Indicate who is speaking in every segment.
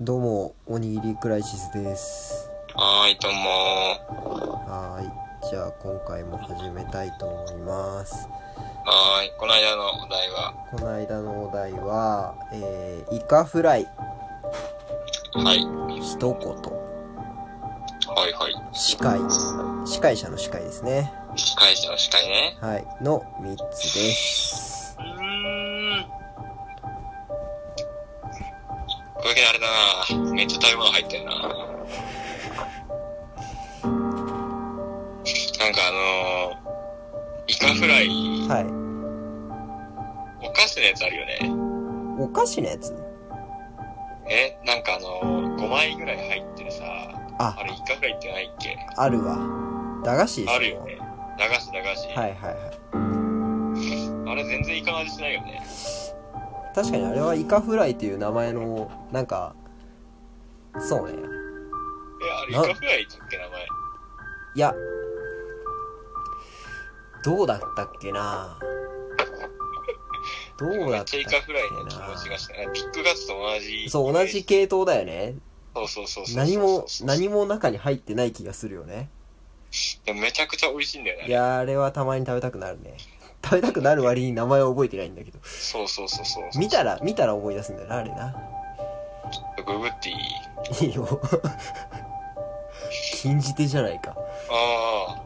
Speaker 1: どうも、おにぎりクライシスです。
Speaker 2: はーい、どうも
Speaker 1: はーい。じゃあ、今回も始めたいと思います。
Speaker 2: ー。はーい、この間のお題は、
Speaker 1: この間のお題は、えー、イカフライ、
Speaker 2: はい、
Speaker 1: 一言。
Speaker 2: はいはい。
Speaker 1: 司会、司会者の司会ですね。
Speaker 2: 司会者の司会ね。
Speaker 1: はい。の3つです。
Speaker 2: うーん。これだけであれだなめっちゃ食べ物入ってるななんかあのー、イカフライ、
Speaker 1: はい。
Speaker 2: お菓子のやつあるよね。
Speaker 1: お菓子のやつ
Speaker 2: え、なんかあのー、5枚ぐらい入ってるさ、
Speaker 1: あ
Speaker 2: あ、れイカフライってないっけ
Speaker 1: あるわ。駄菓子です
Speaker 2: あるよね。駄菓子駄菓子。
Speaker 1: はいはいはい。
Speaker 2: あれ全然イカの味しないよね。
Speaker 1: 確かにあれはイカフライという名前の、なんか、そうね。
Speaker 2: え、あれイ
Speaker 1: な
Speaker 2: カフライだっけ名前。
Speaker 1: いや、どうだったっけなどう
Speaker 2: め
Speaker 1: だ
Speaker 2: っ
Speaker 1: った
Speaker 2: ちゃ
Speaker 1: っ
Speaker 2: イ
Speaker 1: け
Speaker 2: カフライの気持ちが
Speaker 1: な
Speaker 2: した。ピックガツと同じ。
Speaker 1: そう、同じ。系統だよね。
Speaker 2: そうそうそうそう。
Speaker 1: 何も、何
Speaker 2: も。
Speaker 1: も中に入ってない気がするよね。
Speaker 2: でもめちゃくちゃ美味しいんだよね
Speaker 1: い
Speaker 2: あれ。
Speaker 1: やー、あれはたまに食べたくなるね。 食べたくなる割に名前を覚えてないんだけど。
Speaker 2: そうそうそうそう。
Speaker 1: 見たら、見たら思い出すんだよな、あれな。
Speaker 2: ググっていい
Speaker 1: いいよ。 禁じ手じゃないか。
Speaker 2: ああ。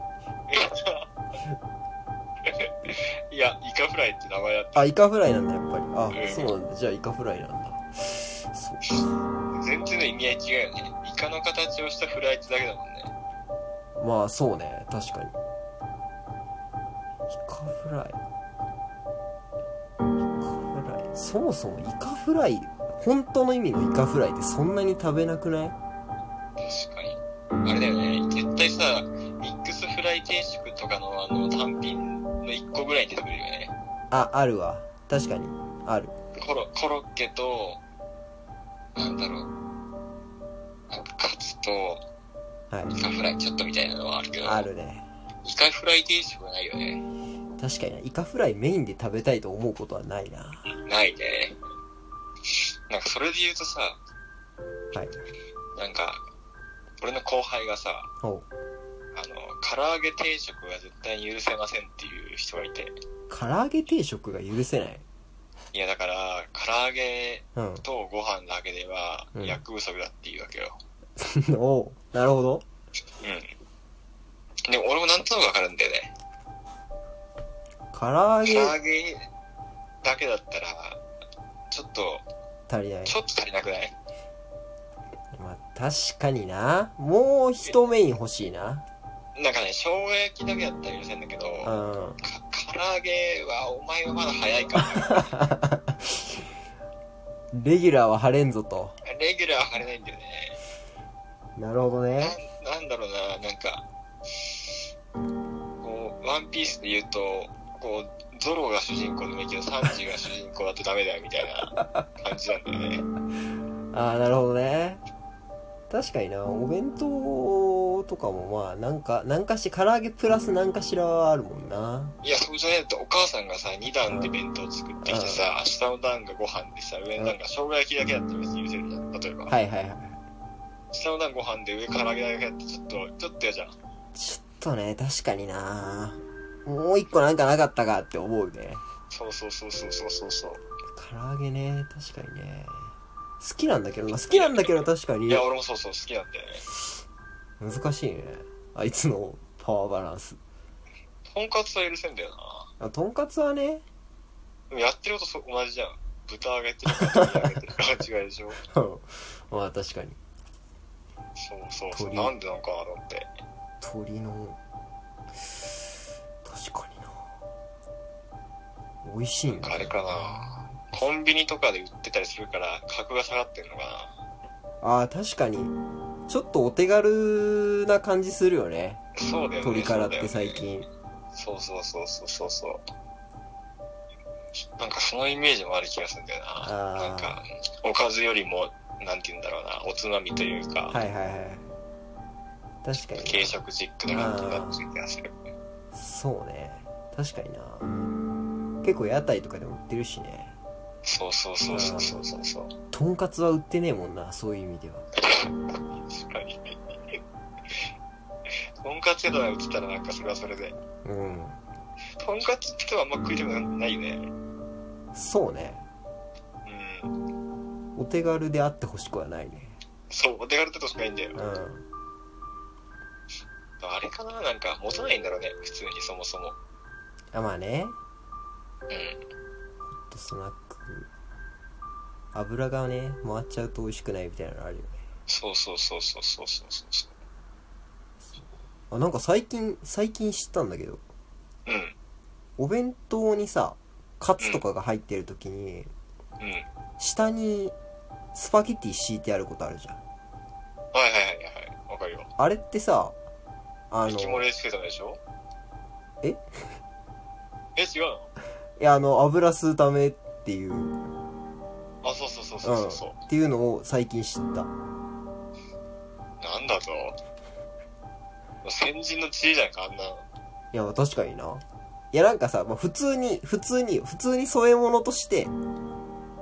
Speaker 2: いや、イカフライって名前だった。
Speaker 1: あ、イカフライなんだ、やっぱり。
Speaker 2: う
Speaker 1: あ、
Speaker 2: ん
Speaker 1: そうなんだ。じゃあイカフライなんだ。そう
Speaker 2: 全然ね、意味合い違うよね。イカの形をしたフライってだけだもんね。
Speaker 1: まあそうね確かにイカフライイカフライそもそもイカフライ本当の意味のイカフライってそんなに食べなくない
Speaker 2: 確かに。あれだよね。絶対さ、ミックスフライ定食とかのあの単品の1個ぐらいに出てくるよね。
Speaker 1: ああるわ確かにある
Speaker 2: コロコロッケと、なんだろう、なんかカツと
Speaker 1: はい
Speaker 2: イカフライちょっとみたいなのはあるけど、
Speaker 1: あるね
Speaker 2: イカフライ定食はないよね。
Speaker 1: 確かになイカフライメインで食べたいと思うことはないな
Speaker 2: ないね。なんかそれで言うとさ、
Speaker 1: はい
Speaker 2: なんか、俺の後輩がさ、
Speaker 1: お
Speaker 2: あの、唐揚げ定食は絶対に許せませんっていう人がいて、
Speaker 1: 唐揚げ定食が許せない
Speaker 2: いやだから、唐揚げ
Speaker 1: うん
Speaker 2: とご飯だけでは
Speaker 1: うん
Speaker 2: 役不足だっていうわけよ。
Speaker 1: おうなるほど
Speaker 2: うん。でも俺もなんとなくわかるんだよね。
Speaker 1: 唐揚
Speaker 2: 唐
Speaker 1: げ
Speaker 2: 揚げだけだったら、ちょっと、
Speaker 1: 足りない
Speaker 2: ちょっと足りなくない
Speaker 1: まあ確かになもう一メイン欲しいな
Speaker 2: なんかね、生姜焼きだけだったら許せんだけど、
Speaker 1: う
Speaker 2: か
Speaker 1: ん
Speaker 2: 唐揚げはお前はまだ早いから、
Speaker 1: レギュラーは晴れんぞと。
Speaker 2: レギュラーは張れないんだよね。
Speaker 1: なるほどね。
Speaker 2: ななんだろうな、なんか、こう、ワンピースで言うと、こう、ゾロが主人公でもいいけど、サンジが主人公だとダメだよみたいな感じなんだよね。
Speaker 1: ああ、なるほどね。確かにな、お弁当とかもまあ、なんか、なんかし、唐揚げプラスなんかしらはあるもんな。
Speaker 2: いや、そうじゃないとお母さんがさ、2段で弁当作ってきてさ、下の段がご飯でさ、上の段が生姜焼きだけだったら別に許せるじゃん。例えば。
Speaker 1: はいはいはい。
Speaker 2: 下の段ご飯で上唐揚げだけだってちょっと、ちょっと嫌じゃん。
Speaker 1: ちょっとね、確かにな。もう一個なんかなかったかって思うね。
Speaker 2: そうそうそうそうそうそうそう。
Speaker 1: 唐揚げね、確かにね。好きなんだけどな、好きなんだけど確か
Speaker 2: い
Speaker 1: に
Speaker 2: や、俺もそうそう、好きなんだよね。
Speaker 1: 難しいね。あいつのパワーバランス。
Speaker 2: とんかつは許せんだよ
Speaker 1: あ、とんかつはね、
Speaker 2: な。でもやってることそ同じじゃん。豚揚げてるか鶏揚げてるか違いでしょ。
Speaker 1: まあ確かに。
Speaker 2: そうそうそう。
Speaker 1: 鶏
Speaker 2: なんでなんかなと思って。
Speaker 1: 鳥の確かにな美味しいんだ
Speaker 2: あれかなコンビニとかで売ってたりするから、格が下がってんのかな。
Speaker 1: ああ確かにちょっとお手軽な感じするよね
Speaker 2: そうだよね。
Speaker 1: 鶏からって
Speaker 2: そうだよ
Speaker 1: 最
Speaker 2: ね
Speaker 1: 近
Speaker 2: そうそうそうそうそうそう。なんかそのイメージもある気がするんだよ
Speaker 1: あー
Speaker 2: な。なんか、おかずよりも、なんて言うんだろうな、おつまみというか、
Speaker 1: はいはいはい確かに
Speaker 2: 軽食チックな感じになってる気がする。
Speaker 1: そうね確かにな結構屋台とかでも売ってるしね
Speaker 2: そうそうそうそうそうそうそう
Speaker 1: とんかつは売ってねえもんなそういう意味では
Speaker 2: 確かにとんかつが売ってたらなんかそれはそれで
Speaker 1: うん
Speaker 2: とんかつってはあんま食いたくないよね
Speaker 1: そうね
Speaker 2: うん
Speaker 1: お手軽であってほしくはないね
Speaker 2: そうお手軽だとしかないんだよ
Speaker 1: うん
Speaker 2: あれかななんか持たないんだろうね普通にそもそも
Speaker 1: あまあね
Speaker 2: うん
Speaker 1: ホットスナック油がね回っちゃうと美味しくないみたいなのあるよね
Speaker 2: そうそうそうそうそうそうそうそ
Speaker 1: あなんか最近最近知ったんだけど
Speaker 2: ううん
Speaker 1: お弁当にさカツとかが入ってる時に
Speaker 2: うんはい
Speaker 1: 下にスパゲティ敷いてあることあるじゃん
Speaker 2: はいはいはいはいわかるよ
Speaker 1: あれってさあの
Speaker 2: 生き
Speaker 1: い
Speaker 2: 物つけたでしょ
Speaker 1: え
Speaker 2: え違うの
Speaker 1: やあの油吸うためっていう、うん、
Speaker 2: あそうそうそうそうそうそう、
Speaker 1: っていうのを最近知った
Speaker 2: なんだと先人の知恵じゃんかあんなの
Speaker 1: いや確かにないやなんかさ、まあ、普通に普通に普通に添え物として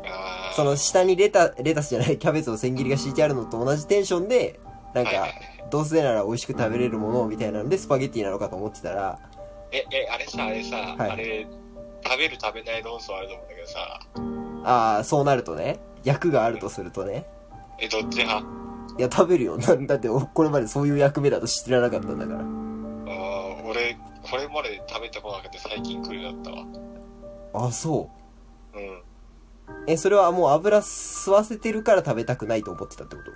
Speaker 2: あー
Speaker 1: その下にレタレタスじゃないキャベツの千切りが敷いてあるのと同じテンションでなん
Speaker 2: はいはい
Speaker 1: かどうせなら美味しく食べれるものをみたいなのでスパゲティなのかと思ってたら
Speaker 2: ええあれさあれさ、
Speaker 1: はい
Speaker 2: あれ食べる食べない論争あると思うんだけどさ
Speaker 1: ああそうなるとね役があるとするとね
Speaker 2: えどっち派
Speaker 1: いや食べるよ なだっておこれまでそういう役目だと知らなかったんだから
Speaker 2: あー俺これまで食べてこなくて最近来るようになったわ
Speaker 1: あそ
Speaker 2: うん
Speaker 1: うえそれはもう油吸わせてるから食べたくないと思ってたってこと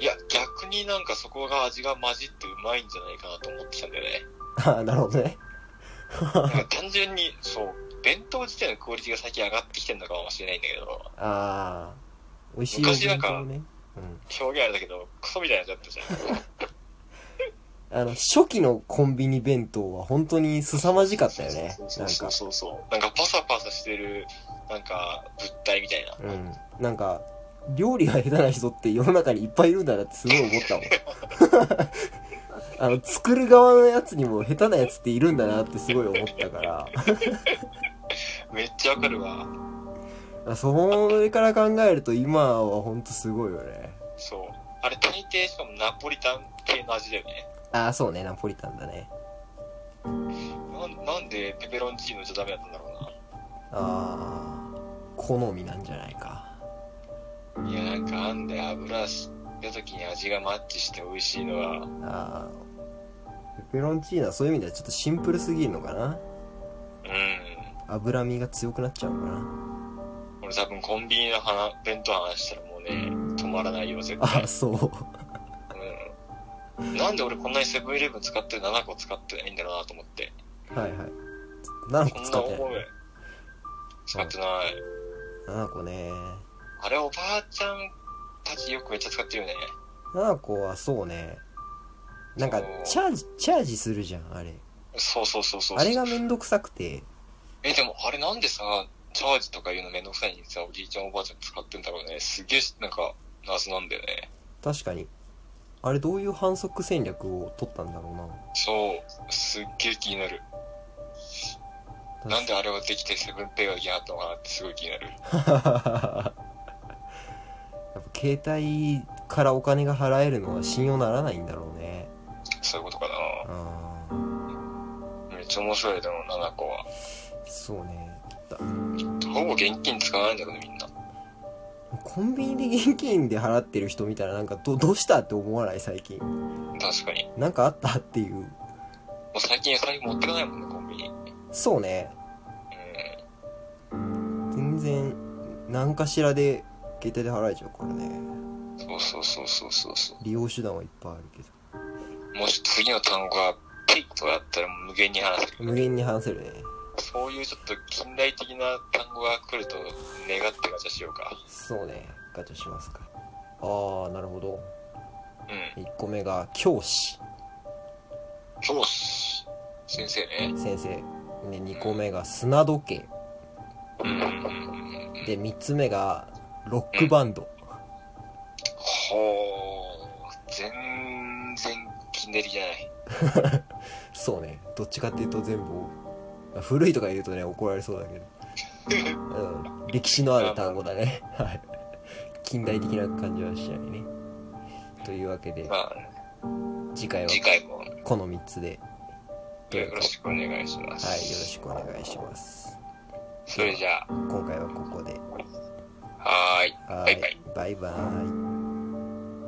Speaker 2: いや逆になんかそこが味が混じってうまいんじゃないかなと思ってたんだよね
Speaker 1: ああなるほどね
Speaker 2: なんか単純にそう弁当自体のクオリティが最近上がってきてるのかもしれないんだけど
Speaker 1: ああ美味しい
Speaker 2: 昔なんか
Speaker 1: お弁当ねうん
Speaker 2: 表現あれだけどクソみたいなやつだったじゃん
Speaker 1: あの初期のコンビニ弁当は本当に凄まじかったよね
Speaker 2: そ
Speaker 1: な
Speaker 2: うんそ
Speaker 1: か
Speaker 2: うそうそうなんかパサパサしてるなんか物体みたいな、
Speaker 1: うんなんか料理が下手な人って世の中にいっぱいいるんだなってすごい思ったもん あの作る側のやつにも下手なやつっているんだなってすごい思ったから
Speaker 2: めっちゃわかるわ
Speaker 1: あそれから考えると今はほんとすごいよね
Speaker 2: そうあれ大抵しかもナポリタン系の味だよね
Speaker 1: ああそうねナポリタンだね
Speaker 2: なんなんでペペロンチーノじゃダメだったんだろ
Speaker 1: ああ好みなんじゃないか
Speaker 2: うないやなんかあんで油吸った時に味がマッチして美味しいのは
Speaker 1: ああペペロンチーノはそういう意味ではちょっとシンプルすぎるのかな
Speaker 2: う
Speaker 1: 脂身が強くなっちゃうのかなん
Speaker 2: 俺多分コンビニの話弁当の話したらもうね止まらないよ絶
Speaker 1: あ
Speaker 2: 対
Speaker 1: あそう
Speaker 2: うんなんで俺こんなにセブンイレブン使って7個使ってないんだろうなと思って
Speaker 1: はいはい7
Speaker 2: こ
Speaker 1: 個
Speaker 2: ん
Speaker 1: 使
Speaker 2: な
Speaker 1: って
Speaker 2: 思う
Speaker 1: ない
Speaker 2: 使ってない
Speaker 1: 7個ね
Speaker 2: あれおばあちゃんたちよくめっちゃ使ってるよね。
Speaker 1: 7個はそうねなんかチャージチャージするじゃんあれ
Speaker 2: そうそうそうそう。
Speaker 1: あれがめんどくさくて
Speaker 2: え、でもあれなんでさ、チャージとかいうのめんどくさいにさ、おじいちゃんおばあちゃん使ってんだろうね。すげえ、なんか、謎なんだよね。
Speaker 1: 確かにあれどういう反則戦略を取ったんだろうな
Speaker 2: そう。すっげえ気になる。なんであれはできてセブンペイが嫌だったのかなってすごい気になる。
Speaker 1: やっぱ携帯からお金が払えるのは信用ならないんだろうね
Speaker 2: そういうことか
Speaker 1: あ
Speaker 2: な。めっちゃ面白いだろうな、7個は。
Speaker 1: ーそうねだ
Speaker 2: ほぼ現金使わないんだけど、みんな。
Speaker 1: コンビニで現金で払ってる人見たらなんかどどうしたって思わない最近
Speaker 2: 確かに。も
Speaker 1: なんかあったっていう
Speaker 2: う最近財布持ってかないもんね、コンビニ。うん。
Speaker 1: そうね全然何かしらで携帯で払えちゃうからね
Speaker 2: そうそうそうそうそうそう。
Speaker 1: 利用手段はいっぱいあるけど
Speaker 2: もし次の単語がピッとだったら無限に話せる。
Speaker 1: 無限に話せるね
Speaker 2: そういうちょっと近代的な単語が来ると願ってガチャしようか。
Speaker 1: そうねガチャしますかああなるほど
Speaker 2: うん。
Speaker 1: 1個目が教師
Speaker 2: 教師。先生ね。
Speaker 1: 先生で2個目が砂時計
Speaker 2: うんうんうんうん。
Speaker 1: で3つ目がロックバンド
Speaker 2: ほー。全然近代的じゃない。
Speaker 1: そうねどっちかっていうと全部古いとか言うとね怒られそうだけどうん、歴史のある単語だね。はい。近代的な感じはしないね。というわけで、
Speaker 2: まあ、
Speaker 1: 次回は
Speaker 2: 次回もよ
Speaker 1: この3つで。はい、よ
Speaker 2: ろ
Speaker 1: ろし
Speaker 2: しくお願いします。
Speaker 1: くお願いします。
Speaker 2: それじゃ
Speaker 1: 今回はここで。
Speaker 2: あ、はーい。
Speaker 1: は
Speaker 2: バイバイ。
Speaker 1: バイバイ。